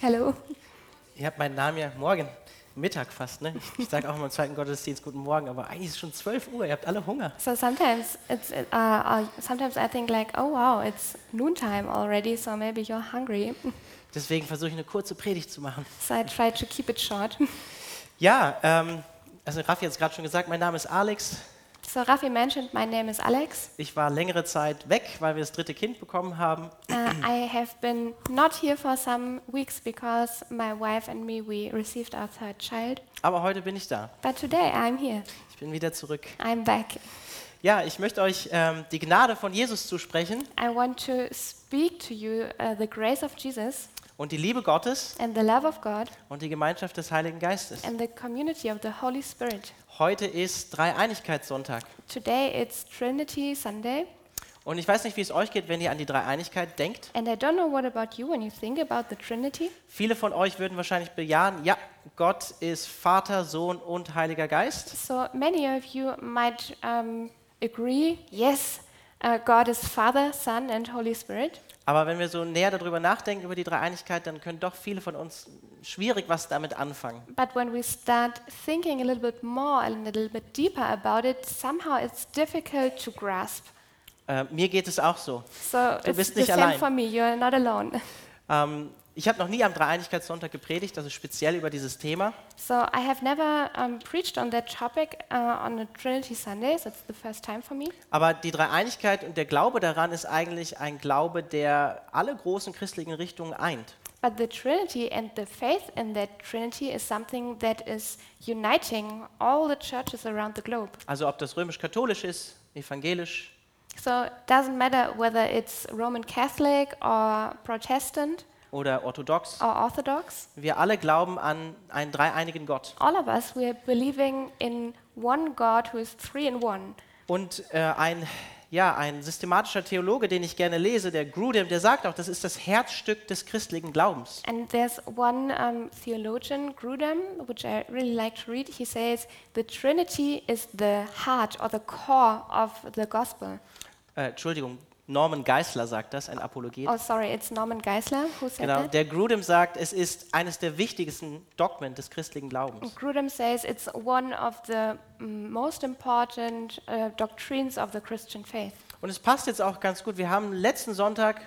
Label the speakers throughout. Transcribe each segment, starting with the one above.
Speaker 1: Hello.
Speaker 2: Ihr habt meinen Namen ja morgen, Mittag fast, ne? Ich sage auch immer im zweiten Gottesdienst guten Morgen, aber eigentlich ist es schon 12 Uhr, ihr habt alle Hunger.
Speaker 1: So sometimes it's uh, uh, sometimes I think like, oh wow, it's noontime already, so maybe you're hungry.
Speaker 2: Deswegen versuche ich eine kurze Predigt zu machen.
Speaker 1: So I try to keep it short.
Speaker 2: Ja, ähm, also Raffi hat es gerade schon gesagt, mein Name ist Alex.
Speaker 1: So Rafi mentioned my name is Alex.
Speaker 2: Ich war längere Zeit weg, weil wir das dritte Kind bekommen haben.
Speaker 1: Uh, I have been not here for some weeks because my wife and me we received our third child,
Speaker 2: Aber heute bin ich da.
Speaker 1: but today I'm here.
Speaker 2: Ich bin wieder zurück.
Speaker 1: I'm back.
Speaker 2: Ja, ich möchte euch ähm, die Gnade von Jesus zusprechen
Speaker 1: I want to speak to you uh, the grace of Jesus
Speaker 2: und die Liebe Gottes
Speaker 1: and the love of God
Speaker 2: und die Gemeinschaft des Heiligen Geistes.
Speaker 1: and the community of the Holy Spirit.
Speaker 2: Heute ist Dreieinigkeitssonntag.
Speaker 1: Today it's Trinity Sunday.
Speaker 2: Und ich weiß nicht, wie es euch geht, wenn ihr an die Dreieinigkeit denkt.
Speaker 1: And I don't know what about you when you think about the Trinity.
Speaker 2: Viele von euch würden wahrscheinlich bejahen, ja, Gott ist Vater, Sohn und Heiliger Geist.
Speaker 1: So many of you might um, agree, yes, uh, God is Father, Son, and Holy Spirit.
Speaker 2: Aber wenn wir so näher darüber nachdenken, über die Dreieinigkeit, dann können doch viele von uns schwierig was damit anfangen.
Speaker 1: But when we start thinking a little bit more and a little bit deeper about it, somehow it's difficult to grasp.
Speaker 2: Äh, mir geht es auch so.
Speaker 1: So
Speaker 2: Du
Speaker 1: it's
Speaker 2: bist
Speaker 1: the
Speaker 2: nicht
Speaker 1: same
Speaker 2: allein.
Speaker 1: for me. You're not alone.
Speaker 2: Ähm, ich habe noch nie am Dreieinigkeitssonntag gepredigt, also speziell über dieses Thema.
Speaker 1: So I have never um, preached on that topic uh, on a Trinity Sunday. So it's the first time for me.
Speaker 2: Aber die Dreieinigkeit und der Glaube daran ist eigentlich ein Glaube, der alle großen christlichen Richtungen eint.
Speaker 1: But the Trinity and the faith in that Trinity is something that is uniting all the churches around the globe.
Speaker 2: Also ob das römisch-katholisch ist, evangelisch,
Speaker 1: So it doesn't matter whether it's Roman Catholic or Protestant
Speaker 2: oder orthodox.
Speaker 1: or Orthodox,
Speaker 2: Wir alle glauben an einen dreieinigen Gott.
Speaker 1: all of us, we are believing in one God who is three in one.
Speaker 2: Und äh, ein, ja, ein systematischer Theologe, den ich gerne lese, der Grudem, der sagt auch, das ist das Herzstück des christlichen Glaubens.
Speaker 1: And there's one um, theologian, Grudem, which I really like to read. He says, The Trinity is the heart or the core of the gospel.
Speaker 2: Äh, Entschuldigung, Norman Geisler sagt das, ein Apologet.
Speaker 1: Oh, sorry, it's Norman Geisler who said
Speaker 2: Genau,
Speaker 1: that.
Speaker 2: der Grudem sagt, es ist eines der wichtigsten Dogmen des christlichen Glaubens.
Speaker 1: Grudem says it's one of the mm, most important uh, doctrines of the Christian faith.
Speaker 2: Und es passt jetzt auch ganz gut. Wir haben letzten Sonntag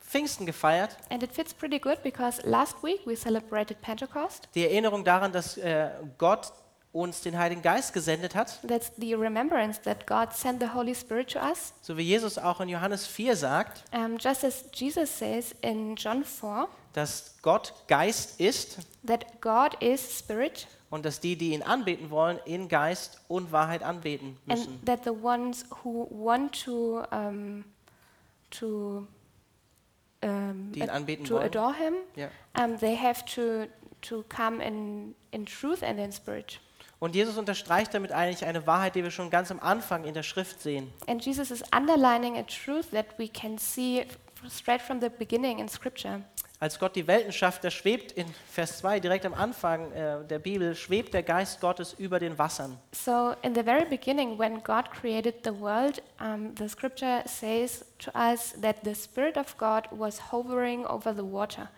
Speaker 2: Pfingsten gefeiert.
Speaker 1: And it fits pretty good because last week we celebrated Pentecost.
Speaker 2: Die Erinnerung daran, dass äh, Gott uns den Heiligen Geist gesendet hat,
Speaker 1: That's the remembrance that God sent the Holy Spirit to us.
Speaker 2: so wie Jesus auch in Johannes 4 sagt,
Speaker 1: Um, just as Jesus says in John 4
Speaker 2: dass Gott Geist ist
Speaker 1: that God is spirit
Speaker 2: und dass die, die ihn anbeten wollen, in Geist und Wahrheit anbeten müssen.
Speaker 1: and that the ones who want to um, to um,
Speaker 2: Die ihn anbeten
Speaker 1: to
Speaker 2: wollen.
Speaker 1: adore him,
Speaker 2: Ja.
Speaker 1: um, they have to to come in in truth and in spirit.
Speaker 2: Und Jesus unterstreicht damit eigentlich eine Wahrheit, die wir schon ganz am Anfang in der Schrift sehen.
Speaker 1: And Jesus is underlining a truth that we can see f- straight from the beginning in Scripture.
Speaker 2: Als Gott die Welten schafft, da schwebt in Vers 2 direkt am Anfang äh, der Bibel, schwebt der Geist Gottes über den Wassern.
Speaker 1: So, in the very beginning, when God created the world, um, the Scripture says to us that the Spirit of God was hovering over the water.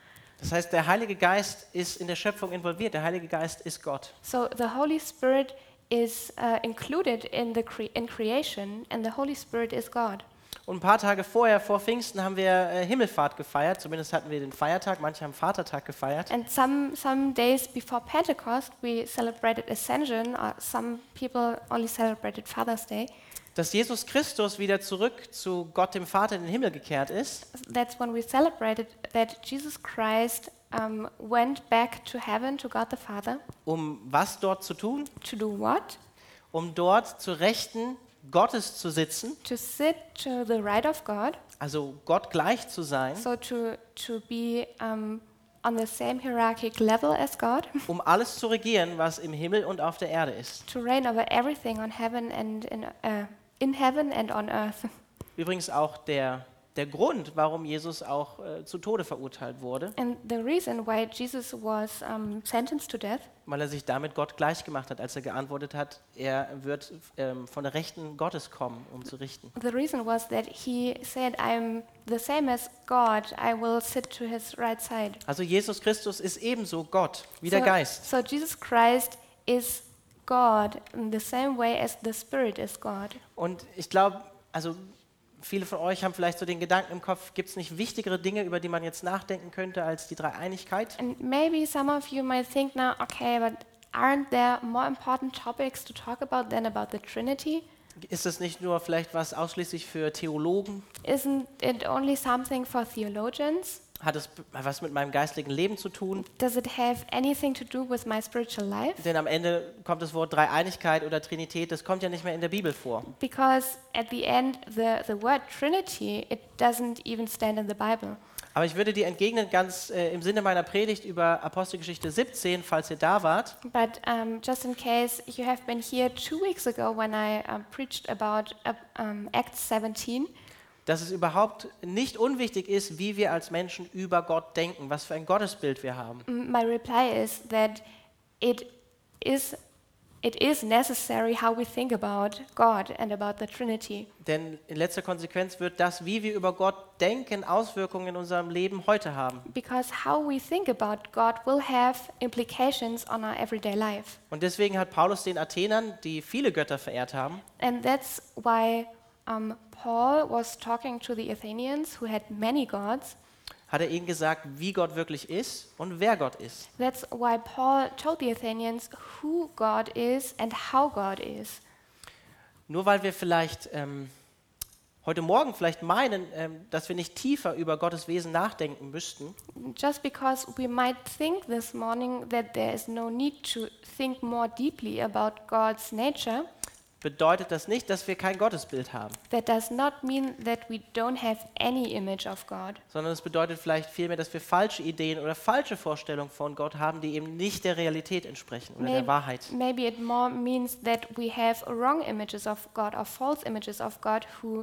Speaker 2: Das heißt, der Heilige Geist ist in der Schöpfung involviert. Der Heilige Geist ist Gott.
Speaker 1: So, the Holy Spirit is uh, included in the cre- in creation, and the Holy Spirit is God.
Speaker 2: Und ein paar Tage vorher, vor Pfingsten, haben wir äh, Himmelfahrt gefeiert. Zumindest hatten wir den Feiertag. Manche haben Vatertag gefeiert.
Speaker 1: And some some days before Pentecost, we celebrated Ascension. Or some people only celebrated Father's Day.
Speaker 2: Dass Jesus Christus wieder zurück zu Gott dem Vater in den Himmel gekehrt ist.
Speaker 1: that's when we celebrated that Jesus Christ um, went back to heaven to God the Father
Speaker 2: um was dort zu tun?
Speaker 1: to do what?
Speaker 2: Um dort zu Rechten Gottes zu sitzen,
Speaker 1: To sit to the right of God,
Speaker 2: also Gott gleich zu sein,
Speaker 1: so to to be um, on the same hierarchic level as God,
Speaker 2: um alles zu regieren, was im Himmel und auf der Erde ist.
Speaker 1: to reign over everything on heaven and in uh, in heaven and on earth.
Speaker 2: Übrigens auch der, der Grund, warum Jesus auch äh, zu Tode verurteilt wurde,
Speaker 1: And the reason why Jesus was um, sentenced to death
Speaker 2: weil er sich damit Gott gleichgemacht hat, als er geantwortet hat, er wird ähm, von der Rechten Gottes kommen, um zu richten.
Speaker 1: The reason was that he said, I'm the same as God, I will sit to his right side.
Speaker 2: Also Jesus Christus ist ebenso Gott wie der
Speaker 1: so,
Speaker 2: Geist.
Speaker 1: So Jesus Christ is God in the same way as the Spirit is God.
Speaker 2: Und ich glaube, also viele von euch haben vielleicht so den Gedanken im Kopf, gibt es nicht wichtigere Dinge, über die man jetzt nachdenken könnte, als die Dreieinigkeit?
Speaker 1: And maybe some of you might think now, okay, but aren't there more important topics to talk about than about the Trinity?
Speaker 2: Ist das nicht nur vielleicht was ausschließlich für Theologen?
Speaker 1: Isn't it only something for theologians?
Speaker 2: Hat es b- was mit meinem geistlichen Leben zu tun?
Speaker 1: Does it have anything to do with my spiritual life?
Speaker 2: Denn am Ende kommt das Wort Dreieinigkeit oder Trinität, das kommt ja nicht mehr in der Bibel vor.
Speaker 1: Because at the end, the, the word Trinity, it doesn't even stand in the Bible.
Speaker 2: Aber ich würde dir entgegnen, ganz äh, im Sinne meiner Predigt über Apostelgeschichte 17, falls ihr da wart,
Speaker 1: But um, just in case you have been here two weeks ago when I um, preached about uh, um, Acts 17,
Speaker 2: dass es überhaupt nicht unwichtig ist, wie wir als Menschen über Gott denken, was für ein Gottesbild wir haben.
Speaker 1: m- my reply is that it is, it is necessary how we think about God and about the Trinity.
Speaker 2: Denn in letzter Konsequenz wird das, wie wir über Gott denken, Auswirkungen in unserem Leben heute haben.
Speaker 1: Because how we think about God will have implications on our everyday life.
Speaker 2: Und deswegen hat Paulus den Athenern, die viele Götter verehrt haben,
Speaker 1: And that's why um, Paul was talking to the Athenians who had many gods.
Speaker 2: hat er ihnen gesagt, wie Gott wirklich ist und wer Gott ist.
Speaker 1: That's why Paul told the Athenians who God is and how God is.
Speaker 2: Nur weil wir vielleicht ähm, heute Morgen vielleicht meinen, ähm, dass wir nicht tiefer über Gottes Wesen nachdenken müssten,
Speaker 1: Just because we might think this morning that there is no need to think more deeply about God's nature,
Speaker 2: bedeutet das nicht, dass wir kein Gottesbild haben,
Speaker 1: that does not mean that we don't have any image of God.
Speaker 2: sondern es bedeutet vielleicht vielmehr, dass wir falsche Ideen oder falsche Vorstellungen von Gott haben, die eben nicht der Realität entsprechen oder der Wahrheit.
Speaker 1: maybe it more means that we have wrong images of God or false images of God who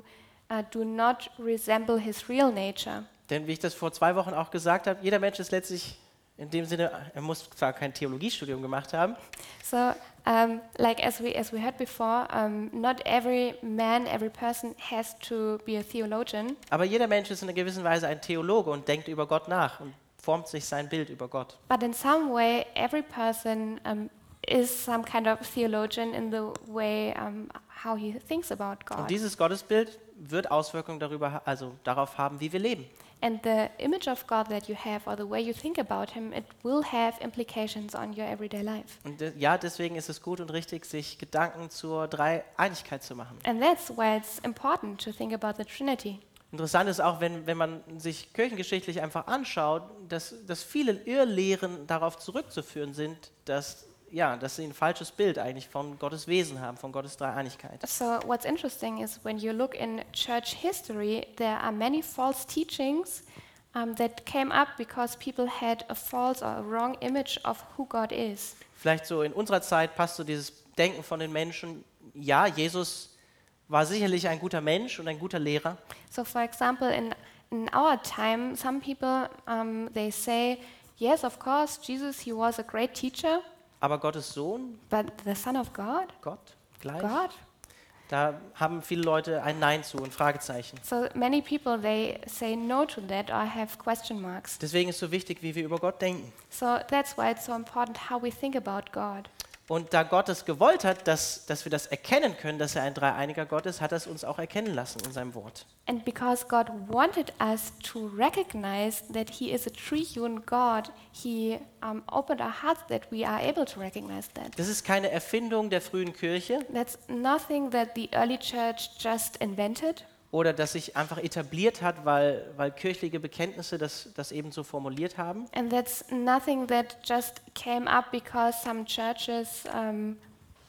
Speaker 1: uh, do not resemble his real nature.
Speaker 2: Denn wie ich das vor zwei Wochen auch gesagt habe, jeder Mensch ist letztlich in dem Sinne, er muss zwar kein Theologiestudium gemacht haben,
Speaker 1: So, um, like as we as we heard before, um, not every man, every person has to be a theologian,
Speaker 2: aber jeder Mensch ist in einer gewissen Weise ein Theologe und denkt über Gott nach und formt sich sein Bild über Gott.
Speaker 1: but in some way, every person um, is some kind of theologian in the way um, how he thinks about
Speaker 2: Und
Speaker 1: God.
Speaker 2: dieses Gottesbild wird Auswirkungen darüber, ha- also darauf haben, wie wir leben.
Speaker 1: And the image of God that you have, or the way you think about Him, it will have implications on your everyday life.
Speaker 2: Und de- ja, deswegen ist es gut und richtig, sich Gedanken zur Dreieinigkeit zu machen.
Speaker 1: And that's why it's important to think about the Trinity.
Speaker 2: Interessant ist auch, wenn, wenn man sich kirchengeschichtlich einfach anschaut, dass, dass viele Irrlehren darauf zurückzuführen sind, dass, ja, dass sie ein falsches Bild eigentlich von Gottes Wesen haben, von Gottes Dreieinigkeit.
Speaker 1: So, what's interesting is when you look in church history, there are many false teachings um, that came up because people had a false or a wrong image of who God is.
Speaker 2: Vielleicht so in unserer Zeit passt so dieses Denken von den Menschen, ja, Jesus war sicherlich ein guter Mensch und ein guter Lehrer,
Speaker 1: So, for example, in, in our time, some people um, they say, yes, of course, Jesus, he was a great teacher,
Speaker 2: aber Gottes Sohn,
Speaker 1: but the Son of God,
Speaker 2: Gott, gleich,
Speaker 1: God.
Speaker 2: da haben viele Leute ein Nein zu, ein Fragezeichen.
Speaker 1: So many people they say no to that or have question marks.
Speaker 2: Deswegen ist so wichtig, wie wir über Gott denken.
Speaker 1: So that's why it's so important how we think about God.
Speaker 2: Und da Gott es gewollt hat, dass, dass wir das erkennen können, dass er ein dreieiniger Gott ist, hat er es uns auch erkennen lassen in seinem Wort.
Speaker 1: And because God wanted us to recognize that He is a triune God, He um, opened our hearts that we are able to recognize that.
Speaker 2: Das ist keine Erfindung der frühen Kirche
Speaker 1: That's nothing that the early church just invented
Speaker 2: oder dass sich einfach etabliert hat, weil, weil kirchliche Bekenntnisse das, das eben so formuliert haben,
Speaker 1: And that's nothing that just came up because some churches um,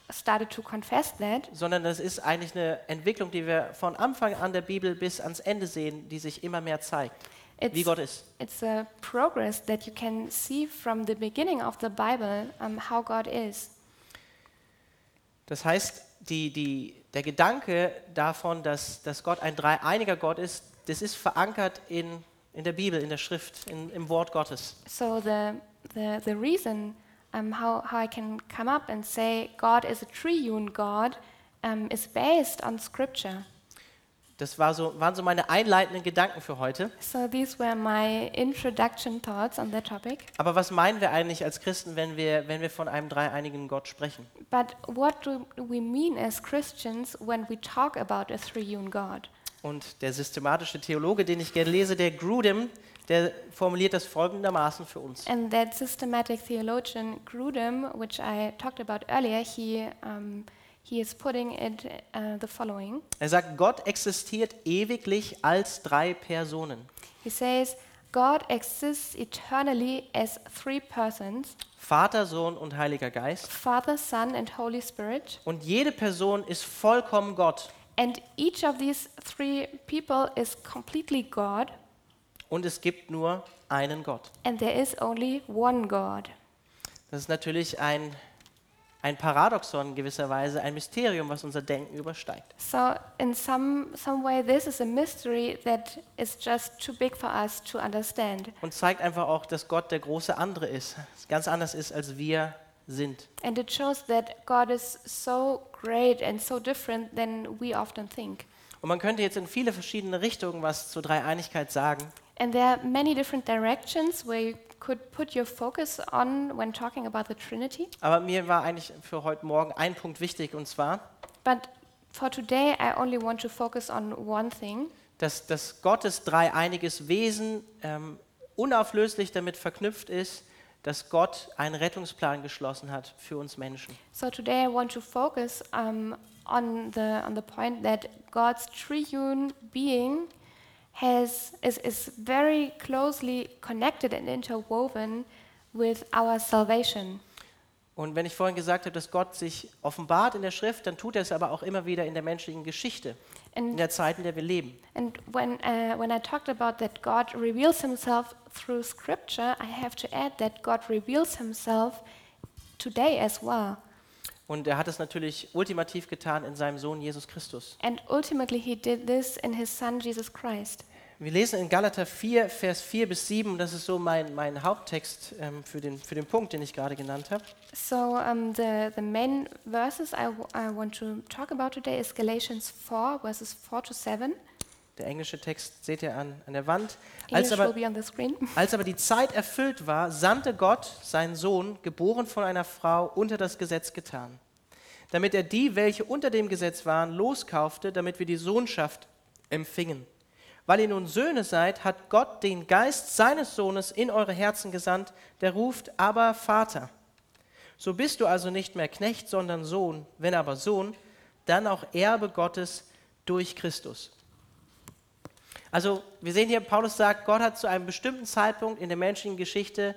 Speaker 1: started to confess that.
Speaker 2: sondern das ist eigentlich eine Entwicklung, die wir von Anfang an der Bibel bis ans Ende sehen, die sich immer mehr zeigt, wie
Speaker 1: It's,
Speaker 2: Gott ist.
Speaker 1: it's a progress that you can see from the beginning of the Bible um, how God is.
Speaker 2: Das heißt, die, die, der Gedanke davon, dass, dass Gott ein dreieiniger Gott ist, das ist verankert in, in der Bibel, in der Schrift, in, im Wort Gottes.
Speaker 1: So the the the reason um, how how I can come up and say God is a triune God um, is based on Scripture.
Speaker 2: Das war so, waren so meine einleitenden Gedanken für heute.
Speaker 1: So these were my introduction thoughts on the topic.
Speaker 2: Aber was meinen wir eigentlich als Christen, wenn wir, wenn wir von einem dreieinigen Gott sprechen?
Speaker 1: But what do we mean as Christians when we talk about a triune God?
Speaker 2: Und der systematische Theologe, den ich gerne lese, der Grudem, der formuliert das folgendermaßen für uns.
Speaker 1: And that systematic theologian Grudem, which I talked about earlier, he um, he is putting it uh, the following.
Speaker 2: Er sagt, Gott existiert ewiglich als drei Personen.
Speaker 1: He says, God exists eternally as three persons:
Speaker 2: Vater, Sohn und Heiliger Geist.
Speaker 1: Father, Son, and Holy Spirit.
Speaker 2: Und jede Person ist vollkommen Gott.
Speaker 1: And each of these three people is completely God,
Speaker 2: Und es gibt nur einen Gott.
Speaker 1: and there is only one God.
Speaker 2: Das ist natürlich ein, ein Paradoxon in gewisser Weise, ein Mysterium, was unser Denken übersteigt.
Speaker 1: So, in some some way, this is a mystery that is just too big for us to understand.
Speaker 2: Und zeigt einfach auch, dass Gott der große andere ist, ganz anders ist, als wir sind.
Speaker 1: And it shows that God is so great and so different than we often think.
Speaker 2: Und man könnte jetzt in viele verschiedene Richtungen was zur Dreieinigkeit sagen.
Speaker 1: And there are many different directions where you could put your focus on when talking about the Trinity.
Speaker 2: Aber mir war eigentlich für heute Morgen ein Punkt wichtig, und zwar,
Speaker 1: But for today, I only want to focus on one thing
Speaker 2: dass, dass Gottes dreieiniges Wesen ähm, unauflöslich damit verknüpft ist, dass Gott einen Rettungsplan geschlossen hat für uns Menschen.
Speaker 1: So today I want to focus um, on the on the point that God's triune being has is, is very closely connected and interwoven with our salvation.
Speaker 2: Und wenn ich vorhin gesagt habe, dass Gott sich offenbart in der Schrift, dann tut er es aber auch immer wieder in der menschlichen Geschichte, in
Speaker 1: And
Speaker 2: der Zeit, in der wir leben.
Speaker 1: and when uh, when I talked about that God reveals Himself through Scripture, I have to add that God reveals Himself today as well.
Speaker 2: Und er hat es natürlich ultimativ getan in seinem Sohn Jesus Christus.
Speaker 1: And ultimately, He did this in His Son Jesus Christ.
Speaker 2: Wir lesen in Galater 4, Vers 4 bis 7, und das ist so mein, mein Haupttext ähm, für, den, für den Punkt, den ich gerade genannt habe.
Speaker 1: So um, the the main verses I, w- I want to talk about today is Galatians 4 verses 4 to 7.
Speaker 2: Der englische Text seht ihr an, an der Wand. Als
Speaker 1: English will
Speaker 2: aber,
Speaker 1: be on the screen.
Speaker 2: als aber die Zeit erfüllt war, sandte Gott seinen Sohn, geboren von einer Frau, unter das Gesetz getan, damit er die, welche unter dem Gesetz waren, loskaufte, damit wir die Sohnschaft empfingen. Weil ihr nun Söhne seid, hat Gott den Geist seines Sohnes in eure Herzen gesandt, der ruft aber Vater. So bist du also nicht mehr Knecht, sondern Sohn, wenn aber Sohn, dann auch Erbe Gottes durch Christus. Also wir sehen hier, Paulus sagt, Gott hat zu einem bestimmten Zeitpunkt in der menschlichen Geschichte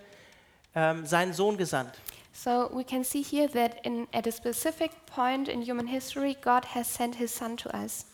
Speaker 2: ähm, seinen Sohn gesandt.
Speaker 1: So we can see here that in at a specific point in human history, God has sent His Son to us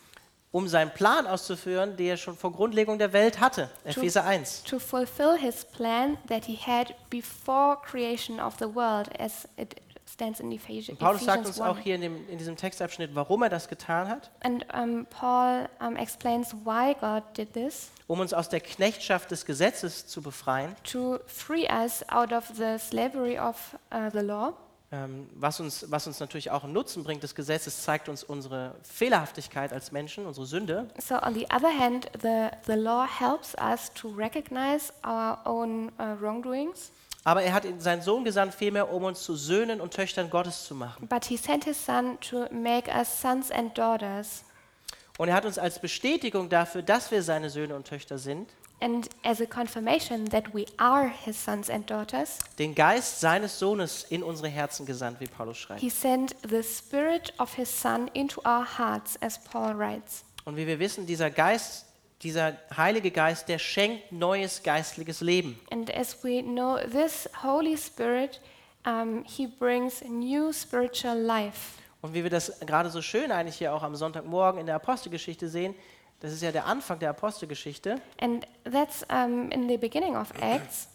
Speaker 2: um seinen Plan auszuführen, den er schon vor Grundlegung der Welt hatte. Epheser 1.
Speaker 1: to fulfill His plan that He had before creation of the world, as it stands in Ephes-
Speaker 2: Und Paulus sagt
Speaker 1: Ephesians
Speaker 2: uns auch
Speaker 1: 1.
Speaker 2: hier in, dem, in diesem Textabschnitt, warum er das getan hat,
Speaker 1: And um, Paul um, explains why God did this.
Speaker 2: um uns aus der Knechtschaft des Gesetzes zu befreien,
Speaker 1: to free us out of the slavery of uh, the law,
Speaker 2: ähm, was, uns, was uns natürlich auch einen Nutzen bringt des Gesetzes, zeigt uns unsere Fehlerhaftigkeit als Menschen, unsere Sünde.
Speaker 1: so on the other hand, the, the law helps us to recognize our own uh, wrongdoings.
Speaker 2: Aber er hat in seinen Sohn gesandt, vielmehr, um uns zu Söhnen und Töchtern Gottes zu machen.
Speaker 1: But he sent his son to make us sons and daughters.
Speaker 2: Und er hat uns als Bestätigung dafür, dass wir seine Söhne und Töchter sind,
Speaker 1: And as a confirmation that we are his sons and daughters,
Speaker 2: den Geist seines Sohnes in unsere Herzen gesandt, wie Paulus schreibt.
Speaker 1: he sent the spirit of his son into our hearts, as Paul writes.
Speaker 2: Und wie wir wissen, dieser Geist, dieser Heilige Geist, der schenkt neues geistliches Leben.
Speaker 1: And as we know, this Holy Spirit, um, he brings new spiritual life.
Speaker 2: Und wie wir das gerade so schön eigentlich hier auch am Sonntagmorgen in der Apostelgeschichte sehen, das ist ja der Anfang der Apostelgeschichte.
Speaker 1: And that's um, in the beginning of Acts.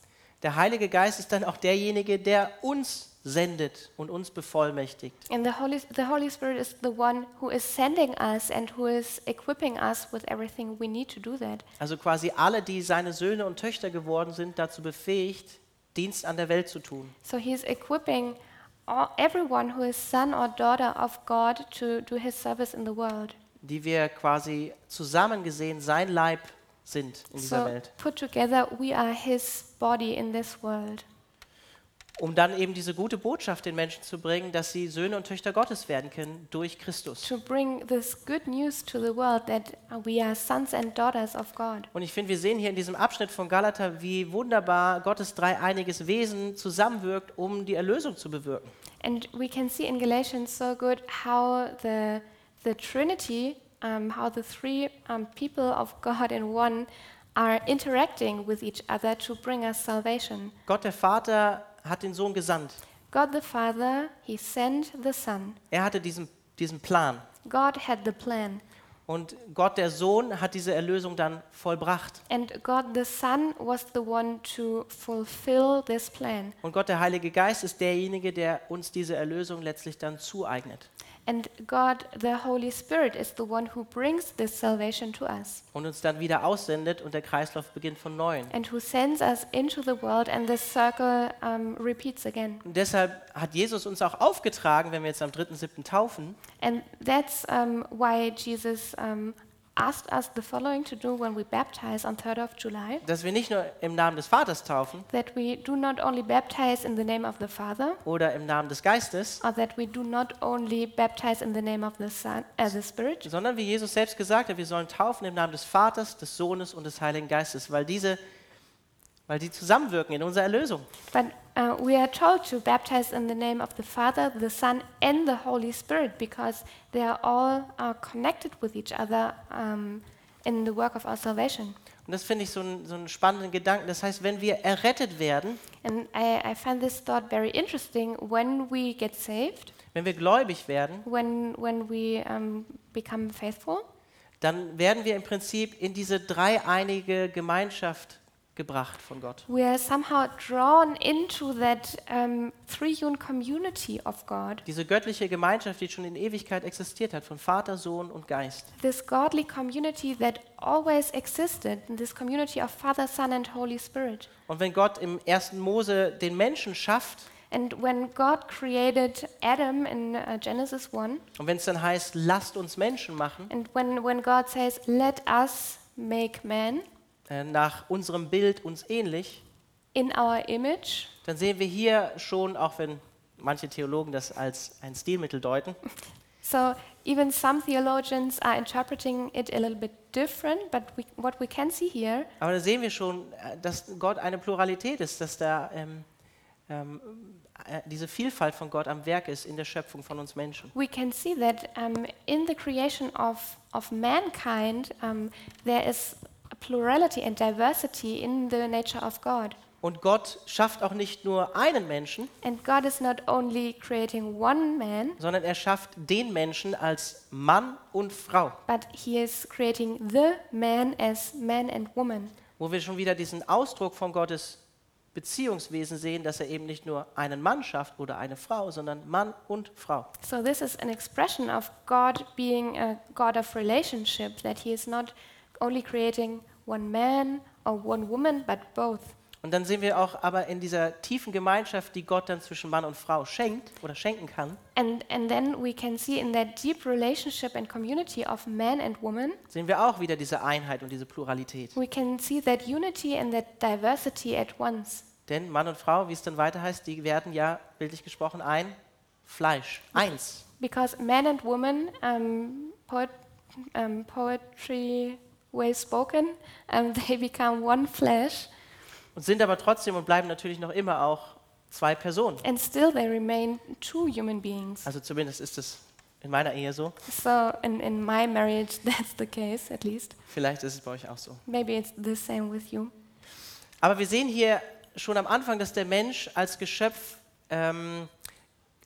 Speaker 2: Der Heilige Geist ist dann auch derjenige, der uns sendet und uns bevollmächtigt.
Speaker 1: And the Holy, the Holy Spirit is the one who is sending us and who is equipping us with everything we need to do that.
Speaker 2: Also quasi alle, die seine Söhne und Töchter geworden sind, dazu befähigt, Dienst an der Welt zu tun.
Speaker 1: So he's equipping all, everyone who is son or daughter of God to do his service in the world.
Speaker 2: die wir quasi zusammengesehen sein Leib sind in dieser
Speaker 1: So
Speaker 2: Welt,
Speaker 1: put together, we are his body in this world.
Speaker 2: um dann eben diese gute Botschaft den Menschen zu bringen, dass sie Söhne und Töchter Gottes werden können durch Christus.
Speaker 1: To bring this good news to the world that we are sons and daughters of God.
Speaker 2: Und ich finde, wir sehen hier in diesem Abschnitt von Galater, wie wunderbar Gottes dreieiniges Wesen zusammenwirkt, um die Erlösung zu bewirken.
Speaker 1: And we can see in Galatians so good how the the Trinity, um, how the three um, people of God in one are interacting with each other to bring us salvation.
Speaker 2: Gott der Vater hat den Sohn gesandt.
Speaker 1: God the Father, He sent the Son.
Speaker 2: Er hatte diesen, diesen Plan.
Speaker 1: God had the plan,
Speaker 2: Und Gott der Sohn hat diese Erlösung dann vollbracht.
Speaker 1: and God the Son was the one to fulfill this plan.
Speaker 2: Und Gott der Heilige Geist ist derjenige, der uns diese Erlösung letztlich dann zueignet.
Speaker 1: And God the Holy Spirit is the one who brings this salvation to us
Speaker 2: und uns dann wieder aussendet und der Kreislauf beginnt von neuem.
Speaker 1: and who sends us into the world, and this circle um, repeats again.
Speaker 2: Und deshalb hat Jesus uns auch aufgetragen, wenn wir jetzt am 3.7. taufen,
Speaker 1: And that's um, why Jesus um, asked us the following to do when we baptize on 3rd of July
Speaker 2: dass wir nicht nur im Namen des Vaters taufen
Speaker 1: that we do not only baptize in the name of the Father,
Speaker 2: oder im Namen des Geistes,
Speaker 1: or that we do not only baptize in the name of the Son, uh, the Spirit,
Speaker 2: sondern wie Jesus selbst gesagt hat, wir sollen taufen im Namen des Vaters, des Sohnes und des Heiligen Geistes, weil diese weil die zusammenwirken in unserer Erlösung.
Speaker 1: but uh, we are told to baptize in the name of the Father, the Son, and the Holy Spirit because they are all uh, connected with each other um, in the work of our salvation.
Speaker 2: Und das finde ich so einen, so einen spannenden Gedanken. Das heißt, wenn wir errettet werden,
Speaker 1: And I, I find this thought very interesting. When we get saved,
Speaker 2: wenn wir gläubig werden,
Speaker 1: when when we um, become faithful,
Speaker 2: dann werden wir im Prinzip in diese dreieinige Gemeinschaft gebracht von Gott.
Speaker 1: we are somehow drawn into that um, triune community of God.
Speaker 2: Diese göttliche Gemeinschaft, die schon in Ewigkeit existiert hat, von Vater, Sohn und Geist.
Speaker 1: This godly community that always existed, this community of Father, Son, and Holy Spirit.
Speaker 2: Und wenn Gott im ersten Mose den Menschen schafft,
Speaker 1: And when God created Adam in uh, Genesis 1,
Speaker 2: und wenn es dann heißt, lasst uns Menschen machen,
Speaker 1: and when, when God says, Let us make man
Speaker 2: äh, nach unserem Bild uns ähnlich,
Speaker 1: in our image,
Speaker 2: dann sehen wir hier schon, auch wenn manche Theologen das als ein Stilmittel deuten,
Speaker 1: So even some theologians are interpreting it a little bit different, but we, what we can see here
Speaker 2: aber da sehen wir schon, äh, dass Gott eine Pluralität ist, dass da ähm, ähm, äh, diese Vielfalt von Gott am Werk ist in der Schöpfung von uns Menschen.
Speaker 1: we can see that um, in the creation of, of mankind, um, there is a plurality and diversity in the nature of God.
Speaker 2: Und Gott schafft auch nicht nur einen Menschen,
Speaker 1: And God is not only creating one man,
Speaker 2: sondern er schafft den Menschen als Mann und Frau,
Speaker 1: but He is creating the man as man and woman.
Speaker 2: wo wir schon wieder diesen Ausdruck von Gottes Beziehungswesen sehen, dass er eben nicht nur einen Mann schafft oder eine Frau, sondern Mann und Frau.
Speaker 1: So this is an expression of God being a God of relationship, that He is not only creating one man or one woman, but both.
Speaker 2: Und dann sehen wir auch aber in dieser tiefen Gemeinschaft, die Gott dann zwischen Mann und Frau schenkt oder schenken kann,
Speaker 1: And, and then we can see in that deep relationship and community of man and woman,
Speaker 2: sehen wir auch wieder diese Einheit und diese Pluralität.
Speaker 1: we can see that unity and that diversity at once.
Speaker 2: Denn Mann und Frau, wie es dann weiter heißt, die werden ja, bildlich gesprochen, ein Fleisch, eins.
Speaker 1: Because man and woman, um, poet, um, poetry way spoken, um, they become one flesh,
Speaker 2: Und sind aber trotzdem und bleiben natürlich noch immer auch zwei Personen.
Speaker 1: and still they remain two human beings.
Speaker 2: Also zumindest ist es in meiner Ehe so.
Speaker 1: So in, in my marriage, that's the case at least.
Speaker 2: Vielleicht ist es bei euch auch so.
Speaker 1: Maybe it's the same with you.
Speaker 2: Aber wir sehen hier schon am Anfang, dass der Mensch als Geschöpf ähm,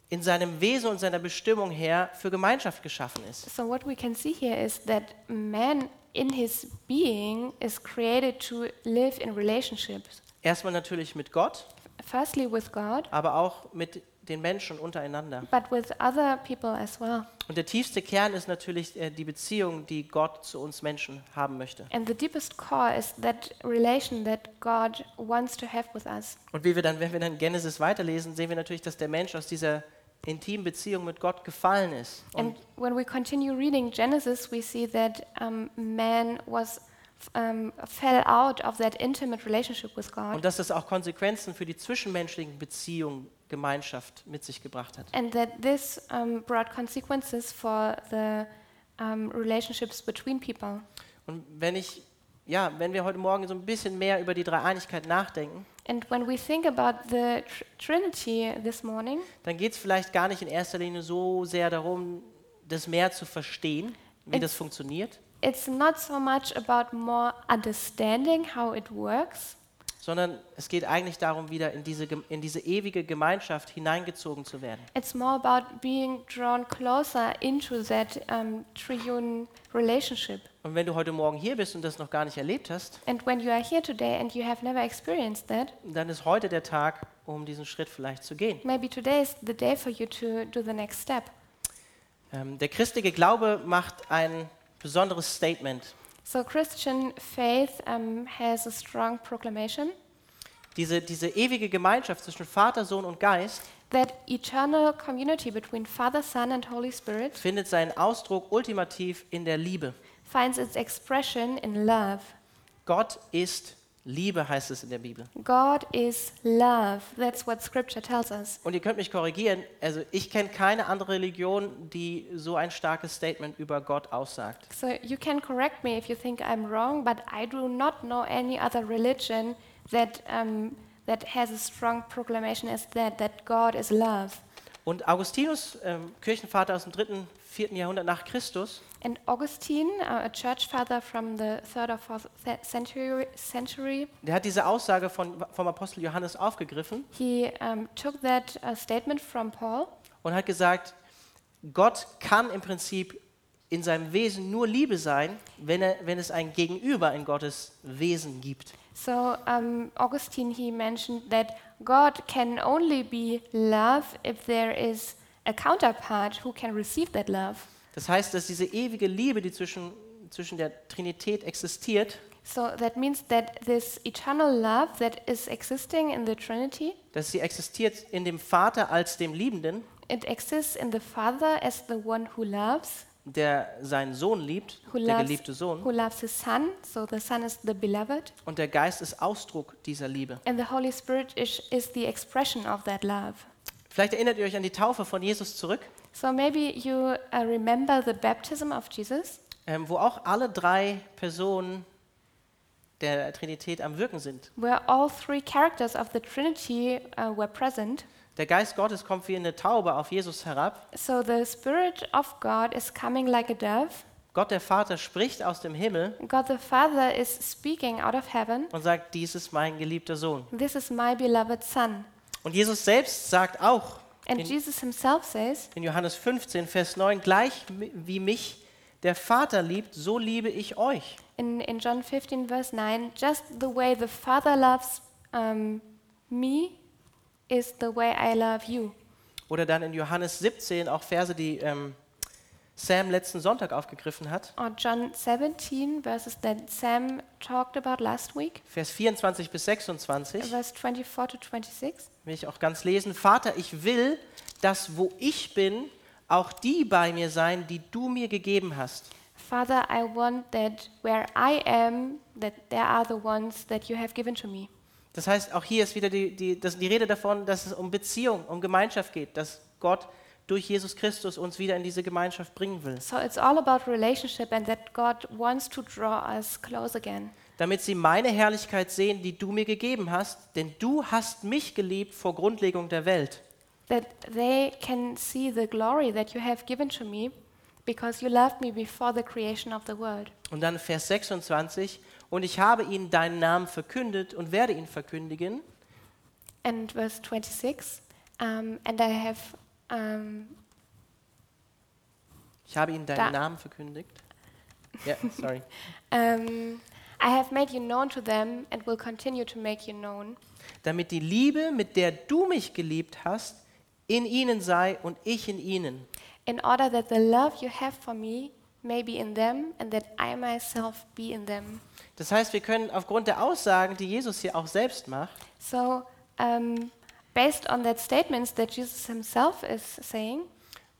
Speaker 2: in seinem Wesen und seiner Bestimmung her für Gemeinschaft geschaffen ist.
Speaker 1: So what we can see here is that man in his being is created to live in relationships.
Speaker 2: Erstmal natürlich mit Gott,
Speaker 1: Firstly with God,
Speaker 2: aber auch mit den Menschen untereinander.
Speaker 1: but with other people as well.
Speaker 2: Und der tiefste Kern ist natürlich äh, die Beziehung, die Gott zu uns Menschen haben möchte.
Speaker 1: And the deepest core is that relation that God wants to have with us.
Speaker 2: Und wie wir dann, wenn wir dann Genesis weiterlesen, sehen wir natürlich, dass der Mensch aus dieser intimen Beziehung mit Gott gefallen ist.
Speaker 1: And
Speaker 2: Und,
Speaker 1: when we continue reading Genesis, we see that um, man was um, fell out of that intimate relationship with God,
Speaker 2: und dass das auch Konsequenzen für die zwischenmenschlichen Beziehungen, Gemeinschaft mit sich gebracht hat.
Speaker 1: and that this um, brought consequences for the um, relationships between people.
Speaker 2: Und wenn ich, ja, wenn wir heute Morgen so ein bisschen mehr über die Dreieinigkeit nachdenken,
Speaker 1: And when we think about the tr- Trinity this morning,
Speaker 2: dann geht es vielleicht gar nicht in erster Linie so sehr darum, das mehr zu verstehen, wie
Speaker 1: Es-
Speaker 2: das funktioniert,
Speaker 1: it's not so much about more understanding how it works,
Speaker 2: sondern es geht eigentlich darum, wieder in diese, Gem- in diese ewige Gemeinschaft hineingezogen zu werden.
Speaker 1: It's more about being drawn closer into that um, triune relationship.
Speaker 2: Und wenn du heute Morgen hier bist und das noch gar nicht erlebt hast,
Speaker 1: And when you are here today and you have never experienced that,
Speaker 2: dann ist heute der Tag, um diesen Schritt vielleicht zu gehen.
Speaker 1: maybe today is the day for you to do the next step.
Speaker 2: Ähm, der christliche Glaube macht ein besonderes Statement.
Speaker 1: So, Christian faith um, has a strong proclamation
Speaker 2: Diese, diese ewige Gemeinschaft zwischen Vater, Sohn und Geist
Speaker 1: that eternal community between Father, Son, and Holy Spirit
Speaker 2: findet seinen Ausdruck ultimativ in der Liebe.
Speaker 1: finds its expression in love.
Speaker 2: Gott ist Liebe, heißt es in der Bibel.
Speaker 1: God is love. That's what Scripture tells us.
Speaker 2: Und ihr könnt mich korrigieren, also ich kenne keine andere Religion, die so ein starkes Statement über Gott aussagt.
Speaker 1: So you can correct me if you think I'm wrong, but I do not know any other religion that um, that has a strong proclamation as that that God is love.
Speaker 2: Und Augustinus, ähm, Kirchenvater aus dem 3., 4. Jahrhundert nach Christus,
Speaker 1: And Augustine, uh, a church father from the third or fourth ce- century, century
Speaker 2: der hat diese Aussage von, vom Apostel Johannes aufgegriffen
Speaker 1: he um, took that uh, statement from Paul,
Speaker 2: und hat gesagt, Gott kann im Prinzip in seinem Wesen nur Liebe sein, wenn, er, wenn es ein Gegenüber in Gottes Wesen gibt.
Speaker 1: So um, Augustine he mentioned that God can only be love if there is a counterpart who can receive that love.
Speaker 2: Das heißt, dass diese ewige Liebe, die zwischen, zwischen der Trinität existiert,
Speaker 1: So that means that this eternal love that is existing in the Trinity,
Speaker 2: dass sie existiert in dem Vater als dem Liebenden,
Speaker 1: it exists in the Father as the one who loves,
Speaker 2: der seinen Sohn liebt,
Speaker 1: who
Speaker 2: der
Speaker 1: loves,
Speaker 2: geliebte Sohn,
Speaker 1: who loves his Son. So the Son is the beloved,
Speaker 2: und der Geist ist Ausdruck dieser Liebe.
Speaker 1: and the Holy Spirit is, is the expression of that love.
Speaker 2: Vielleicht erinnert ihr euch an die Taufe von Jesus zurück,
Speaker 1: So maybe you uh, remember the baptism of Jesus,
Speaker 2: ähm, wo auch alle drei Personen der Trinität am Wirken sind.
Speaker 1: where all three characters of the Trinity uh, were present.
Speaker 2: Der Geist Gottes kommt wie eine Taube auf Jesus herab.
Speaker 1: So the Spirit of God is coming like a dove.
Speaker 2: Gott der Vater spricht aus dem Himmel
Speaker 1: God the Father is speaking out of heaven.
Speaker 2: und sagt, dies ist mein geliebter Sohn.
Speaker 1: This is my beloved Son.
Speaker 2: Und Jesus selbst sagt auch
Speaker 1: And
Speaker 2: in,
Speaker 1: Jesus himself says,
Speaker 2: in Johannes 15, Vers 9, gleich mi- wie mich der Vater liebt, so liebe ich euch.
Speaker 1: in, in John 15, verse 9, just the way the Father loves um, me is the way I love you.
Speaker 2: Oder dann in Johannes 17, auch Verse, die ähm, Sam letzten Sonntag aufgegriffen hat.
Speaker 1: Or John 17, verses that Sam talked about last week,
Speaker 2: Vers 24 bis 26
Speaker 1: verse 24 to 26.
Speaker 2: will ich auch ganz lesen. Vater, ich will, dass wo ich bin, auch die bei mir sein, die du mir gegeben hast.
Speaker 1: Father, I want that where I am, that there are the ones that you have given to me.
Speaker 2: Das heißt, auch hier ist wieder die, die, das, die Rede davon, dass es um Beziehung, um Gemeinschaft geht, dass Gott durch Jesus Christus uns wieder in diese Gemeinschaft bringen will,
Speaker 1: So it's all about relationship and that God wants to draw us close again.
Speaker 2: damit sie meine Herrlichkeit sehen, die du mir gegeben hast, denn du hast mich geliebt vor Grundlegung der Welt.
Speaker 1: that they can see the glory that you have given to me because you loved me before the creation of the world.
Speaker 2: Und dann Vers 26, und ich habe ihnen deinen Namen verkündet und werde ihn verkündigen,
Speaker 1: And verse 26, um, and I have, um,
Speaker 2: ich habe ihnen deinen
Speaker 1: Da-
Speaker 2: Namen verkündigt. Ja, sorry.
Speaker 1: um, I have made you known to them and will continue to make you known,
Speaker 2: Damit die Liebe, mit der du mich geliebt hast, in ihnen sei und ich in ihnen.
Speaker 1: in order that the love you have for me may be in them and that I myself be in them.
Speaker 2: Das heißt, wir können aufgrund der Aussagen, die Jesus hier auch selbst macht,
Speaker 1: So, um, based on that statements that Jesus himself is saying,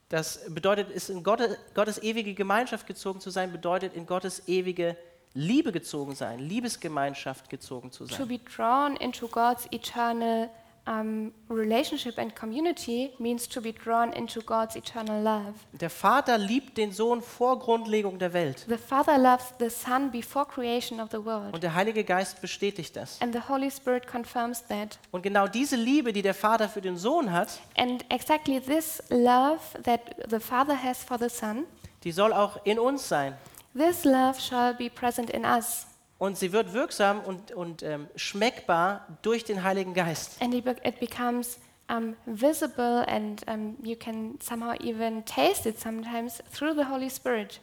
Speaker 2: das bedeutet, ist in Gottes, Gottes ewige Gemeinschaft gezogen zu sein, bedeutet in Gottes ewige Liebe gezogen sein, Liebesgemeinschaft gezogen zu
Speaker 1: to
Speaker 2: sein.
Speaker 1: be drawn into God's eternal um, relationship and community means to be drawn into God's eternal love.
Speaker 2: Der Vater liebt den Sohn vor Grundlegung der Welt
Speaker 1: The Father loves the Son before creation of the world,
Speaker 2: und der Heilige Geist bestätigt das.
Speaker 1: and the Holy Spirit confirms that.
Speaker 2: Und genau diese Liebe, die der Vater für den Sohn hat,
Speaker 1: And exactly this love that the Father has for the Son,
Speaker 2: die soll auch in uns sein.
Speaker 1: this love shall be present in us.
Speaker 2: Und sie wird wirksam und, und ähm, schmeckbar durch den Heiligen Geist.
Speaker 1: And it, bec- it becomes um, visible, and um, you can somehow even taste it sometimes through the Holy Spirit.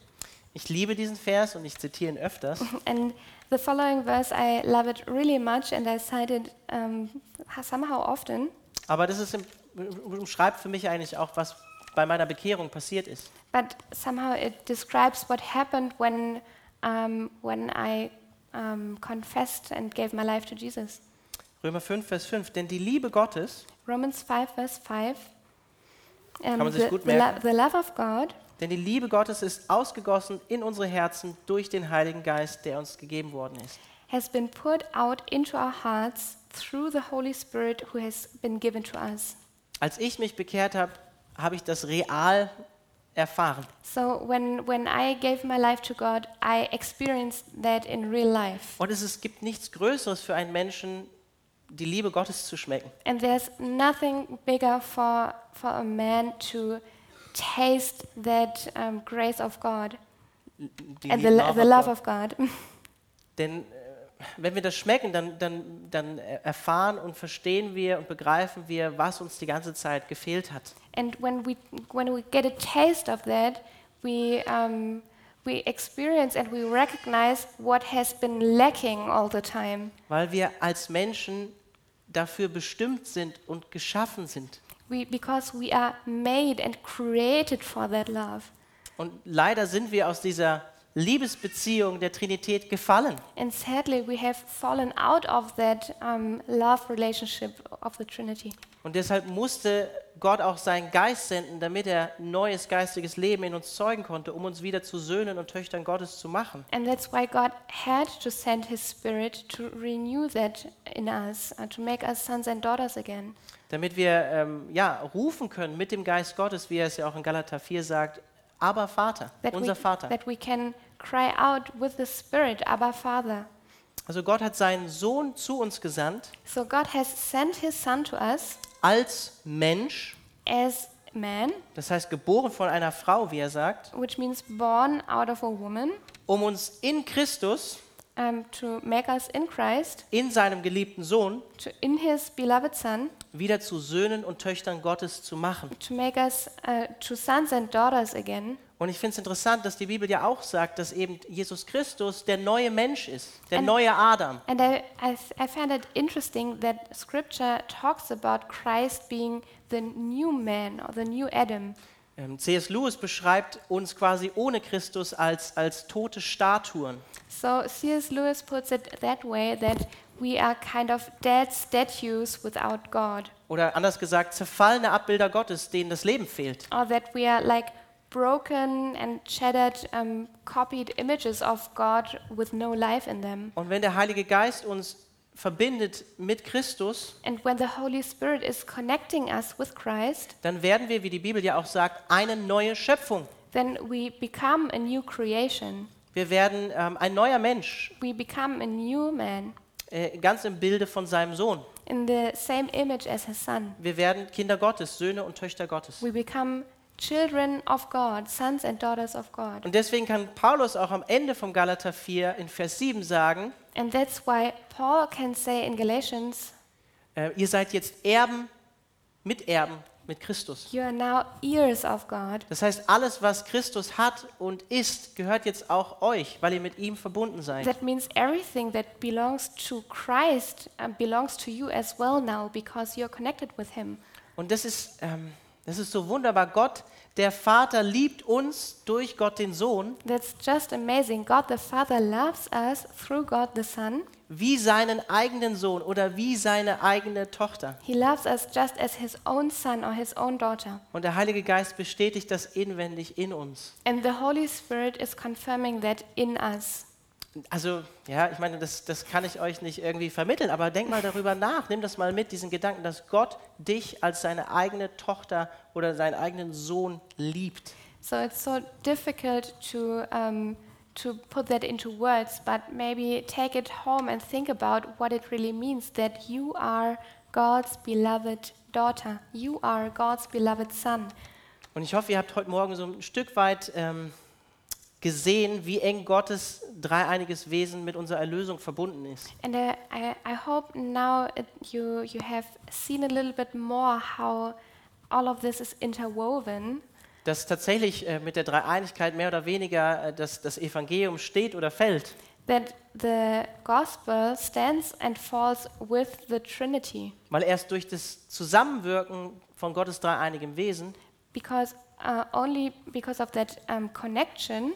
Speaker 2: Ich liebe diesen Vers und ich zitiere ihn öfters.
Speaker 1: And the following verse, I love it really much, and I cite it um, somehow often.
Speaker 2: Aber das ist im, um, umschreibt für mich eigentlich auch, was bei meiner Bekehrung passiert ist.
Speaker 1: But somehow it describes what happened when, um, when I um, confessed and gave my life to Jesus.
Speaker 2: Römer 5, Vers 5. Denn die Liebe Gottes,
Speaker 1: Romans 5, verse 5. Um,
Speaker 2: man sich
Speaker 1: the,
Speaker 2: gut
Speaker 1: the, lo-
Speaker 2: merken.
Speaker 1: the love of God
Speaker 2: denn die Liebe Gottes ist ausgegossen in unsere Herzen durch den Heiligen Geist, der uns gegeben worden ist.
Speaker 1: has been poured out into our hearts through the Holy Spirit who has been given to us.
Speaker 2: Als ich mich bekehrt habe, habe ich das real erfahren.
Speaker 1: So when, when I gave my life to God, I experienced that in real life.
Speaker 2: Und es, es gibt nichts Größeres für einen Menschen, die Liebe Gottes zu schmecken.
Speaker 1: And there's nothing bigger for, for a man to taste that um, grace of God
Speaker 2: Die
Speaker 1: and the,
Speaker 2: Liebe
Speaker 1: lo-
Speaker 2: auch
Speaker 1: the
Speaker 2: auf
Speaker 1: love
Speaker 2: Gott.
Speaker 1: of God.
Speaker 2: Denn äh, wenn wir das schmecken, dann, dann, dann äh, erfahren und verstehen wir und begreifen wir, was uns die ganze Zeit gefehlt hat.
Speaker 1: and when we, when we get a taste of that, we, um, we experience and we recognize what has been lacking all the time.
Speaker 2: Weil wir als Menschen dafür bestimmt sind und geschaffen sind.
Speaker 1: We, because we are made and created for that love.
Speaker 2: Und leider sind wir aus dieser Liebesbeziehung der Trinität gefallen.
Speaker 1: And sadly, we have fallen out of that um, love relationship of the Trinity.
Speaker 2: Und deshalb musste Gott auch seinen Geist senden, damit er neues geistiges Leben in uns zeugen konnte, um uns wieder zu Söhnen und Töchtern Gottes zu machen.
Speaker 1: And that's why God had to send His Spirit to renew that in us, uh, to make us sons and daughters again,
Speaker 2: Damit wir ähm, ja, rufen können mit dem Geist Gottes, wie er es ja auch in Galater 4 sagt, aber Vater,
Speaker 1: that, we,
Speaker 2: unser Vater.
Speaker 1: that we can cry out with the Spirit, Abba, Father.
Speaker 2: Also Gott hat seinen Sohn zu uns gesandt
Speaker 1: So God has sent His Son to us
Speaker 2: als Mensch,
Speaker 1: as man,
Speaker 2: das heißt geboren von einer Frau, wie er sagt,
Speaker 1: which means born out of a woman,
Speaker 2: um uns in Christus,
Speaker 1: um, to make us in Christ,
Speaker 2: in seinem geliebten Sohn,
Speaker 1: to, in His beloved Son,
Speaker 2: wieder zu Söhnen und Töchtern Gottes zu machen.
Speaker 1: to make us uh, to sons and daughters again.
Speaker 2: Und ich finde es interessant, dass die Bibel ja auch sagt, dass eben Jesus Christus der neue Mensch ist, der
Speaker 1: Ein-
Speaker 2: neue Adam.
Speaker 1: And I, I, I found it interesting that scripture talks about Christ being the new man or the new Adam.
Speaker 2: Ähm, C.S. Lewis beschreibt uns quasi ohne Christus als, als tote Statuen.
Speaker 1: So C.S. Lewis puts it that way that we are kind of dead statues without God,
Speaker 2: Oder anders gesagt, zerfallene Abbilder Gottes, denen das Leben fehlt.
Speaker 1: or that we are like broken and shattered, um, copied images of God with no life in them.
Speaker 2: Und wenn der Heilige Geist uns verbindet mit Christus,
Speaker 1: And when the Holy Spirit is connecting us with Christ,
Speaker 2: dann werden wir, wie die Bibel ja auch sagt, eine neue Schöpfung.
Speaker 1: then we become a new creation.
Speaker 2: Wir werden ähm, ein neuer Mensch,
Speaker 1: We become a new man.
Speaker 2: äh, ganz im Bilde von seinem Sohn.
Speaker 1: in the same image as his son.
Speaker 2: Wir werden Kinder Gottes, Söhne und Töchter Gottes.
Speaker 1: We become children of God, sons and daughters of God.
Speaker 2: Und deswegen kann Paulus auch am Ende vom Galater 4 in Vers 7 sagen,
Speaker 1: And that's why Paul can say in Galatians,
Speaker 2: äh, ihr seid jetzt Erben, Miterben mit Christus.
Speaker 1: You are now heirs of God.
Speaker 2: Das heißt, alles, was Christus hat und ist, gehört jetzt auch euch, weil ihr mit ihm verbunden seid.
Speaker 1: That means everything that belongs to Christ uh, belongs to you as well now because you're connected with him.
Speaker 2: Und das ist, ähm, das ist so wunderbar. Gott, der Vater, liebt uns durch Gott den Sohn
Speaker 1: That's just amazing. God the Father loves us through God the Son.
Speaker 2: wie seinen eigenen Sohn oder wie seine eigene Tochter.
Speaker 1: He loves us just as his own son or his own daughter.
Speaker 2: Und der Heilige Geist bestätigt das inwendig in uns.
Speaker 1: And the Holy Spirit is confirming that in us.
Speaker 2: Also, ja, ich meine, das, das kann ich euch nicht irgendwie vermitteln, aber denk mal darüber nach, nimm das mal mit, diesen Gedanken, dass Gott dich als seine eigene Tochter oder seinen eigenen Sohn liebt.
Speaker 1: So it's so difficult to um, to put that into words, but maybe take it home and think about what it really means that you are God's beloved daughter. You are God's beloved son.
Speaker 2: Und ich hoffe, ihr habt heute Morgen so ein Stück weit ähm, gesehen, wie eng Gottes dreieiniges Wesen mit unserer Erlösung verbunden ist.
Speaker 1: And I, I, I hope now it, you you have seen a little bit more how all of this is interwoven.
Speaker 2: Dass tatsächlich äh, mit der Dreieinigkeit mehr oder weniger äh, das, das Evangelium steht oder fällt.
Speaker 1: That the gospel stands and falls with the Trinity,
Speaker 2: Weil erst durch das Zusammenwirken von Gottes dreieinigem Wesen
Speaker 1: because uh, only because of that um, connection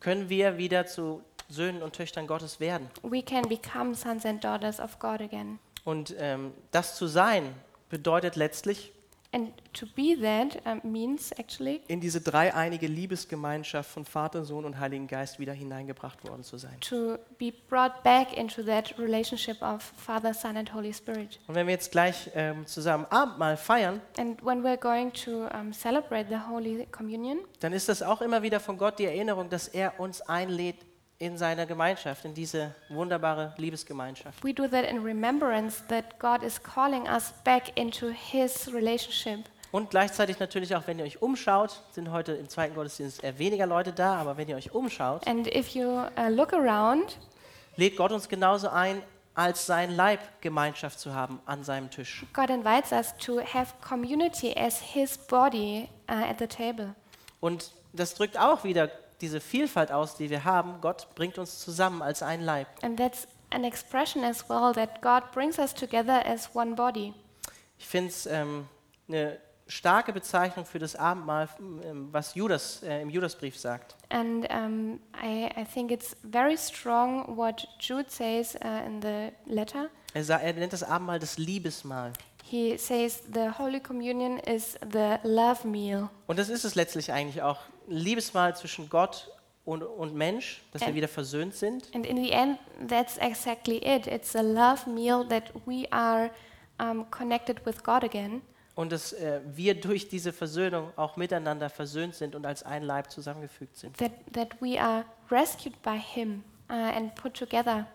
Speaker 2: können wir wieder zu Söhnen und Töchtern Gottes werden.
Speaker 1: we can become sons and daughters of God again.
Speaker 2: Und ähm, das zu sein bedeutet letztlich,
Speaker 1: And to be that um, means actually
Speaker 2: in diese dreieinige Liebesgemeinschaft von Vater, Sohn und Heiligen Geist wieder hineingebracht worden zu sein.
Speaker 1: to be brought back into that relationship of Father, Son, and Holy Spirit.
Speaker 2: Und wenn wir jetzt gleich ähm, zusammen Abendmahl feiern,
Speaker 1: And when we're going to um, celebrate the Holy Communion,
Speaker 2: dann ist das auch immer wieder von Gott die Erinnerung, dass er uns einlädt in seine Gemeinschaft, in diese wunderbare Liebesgemeinschaft.
Speaker 1: we do that in remembrance that God is calling us back into His relationship.
Speaker 2: Und gleichzeitig natürlich auch, wenn ihr euch umschaut, sind heute im zweiten Gottesdienst eher weniger Leute da, aber wenn ihr euch umschaut,
Speaker 1: And if you uh, look around,
Speaker 2: lädt Gott uns genauso ein, als sein Leib Gemeinschaft zu haben an seinem Tisch.
Speaker 1: God invites us to have community as His body uh, at the table.
Speaker 2: Und das drückt auch wieder diese Vielfalt aus, die wir haben. Gott bringt uns zusammen als einen Leib.
Speaker 1: And that's an expression as well that God brings us together as one body.
Speaker 2: Ich finde es ähm, eine starke Bezeichnung für das Abendmahl, ähm, was Judas äh, im Judasbrief sagt.
Speaker 1: And um, I, I think it's very strong what Jude says uh, in the letter.
Speaker 2: Er, sa- er nennt das Abendmahl das Liebesmahl.
Speaker 1: He says the Holy Communion is the love meal.
Speaker 2: Und das ist es letztlich eigentlich auch. Ein Liebesmahl zwischen Gott und, und Mensch, dass wir
Speaker 1: Ähm.
Speaker 2: wieder versöhnt sind.
Speaker 1: And in the end, that's exactly it. It's a love meal that we are um, connected with God again.
Speaker 2: Und dass äh, wir durch diese Versöhnung auch miteinander versöhnt sind und als ein Leib zusammengefügt sind.
Speaker 1: That, that we are rescued by Him uh, and put together.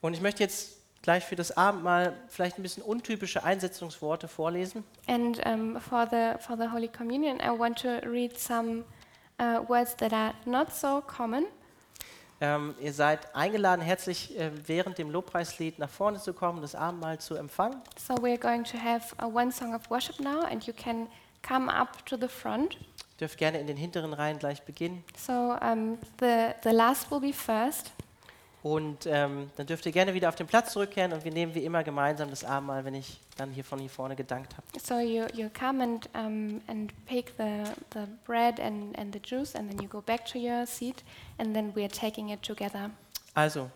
Speaker 2: Und ich möchte jetzt gleich für das Abendmahl vielleicht ein bisschen untypische Einsetzungsworte vorlesen.
Speaker 1: And um, for, the, for the Holy Communion, I want to read some uh, words that are not so common.
Speaker 2: Ähm, ihr seid eingeladen, herzlich äh, während dem Lobpreislied nach vorne zu kommen, das Abendmahl zu empfangen.
Speaker 1: So we're going to have uh, one song of worship now, and you can come up to the front.
Speaker 2: Ihr dürft gerne in den hinteren Reihen gleich beginnen.
Speaker 1: So um, the, the last will be first.
Speaker 2: Und ähm, dann dürft ihr gerne wieder auf den Platz zurückkehren und wir nehmen wie immer gemeinsam das Abendmahl, wenn ich dann hier von hier vorne gedankt habe.
Speaker 1: So you, you come and, um, and pick the, the bread and, and the juice, and then you go back to your seat, and then we're taking it together.
Speaker 2: Also,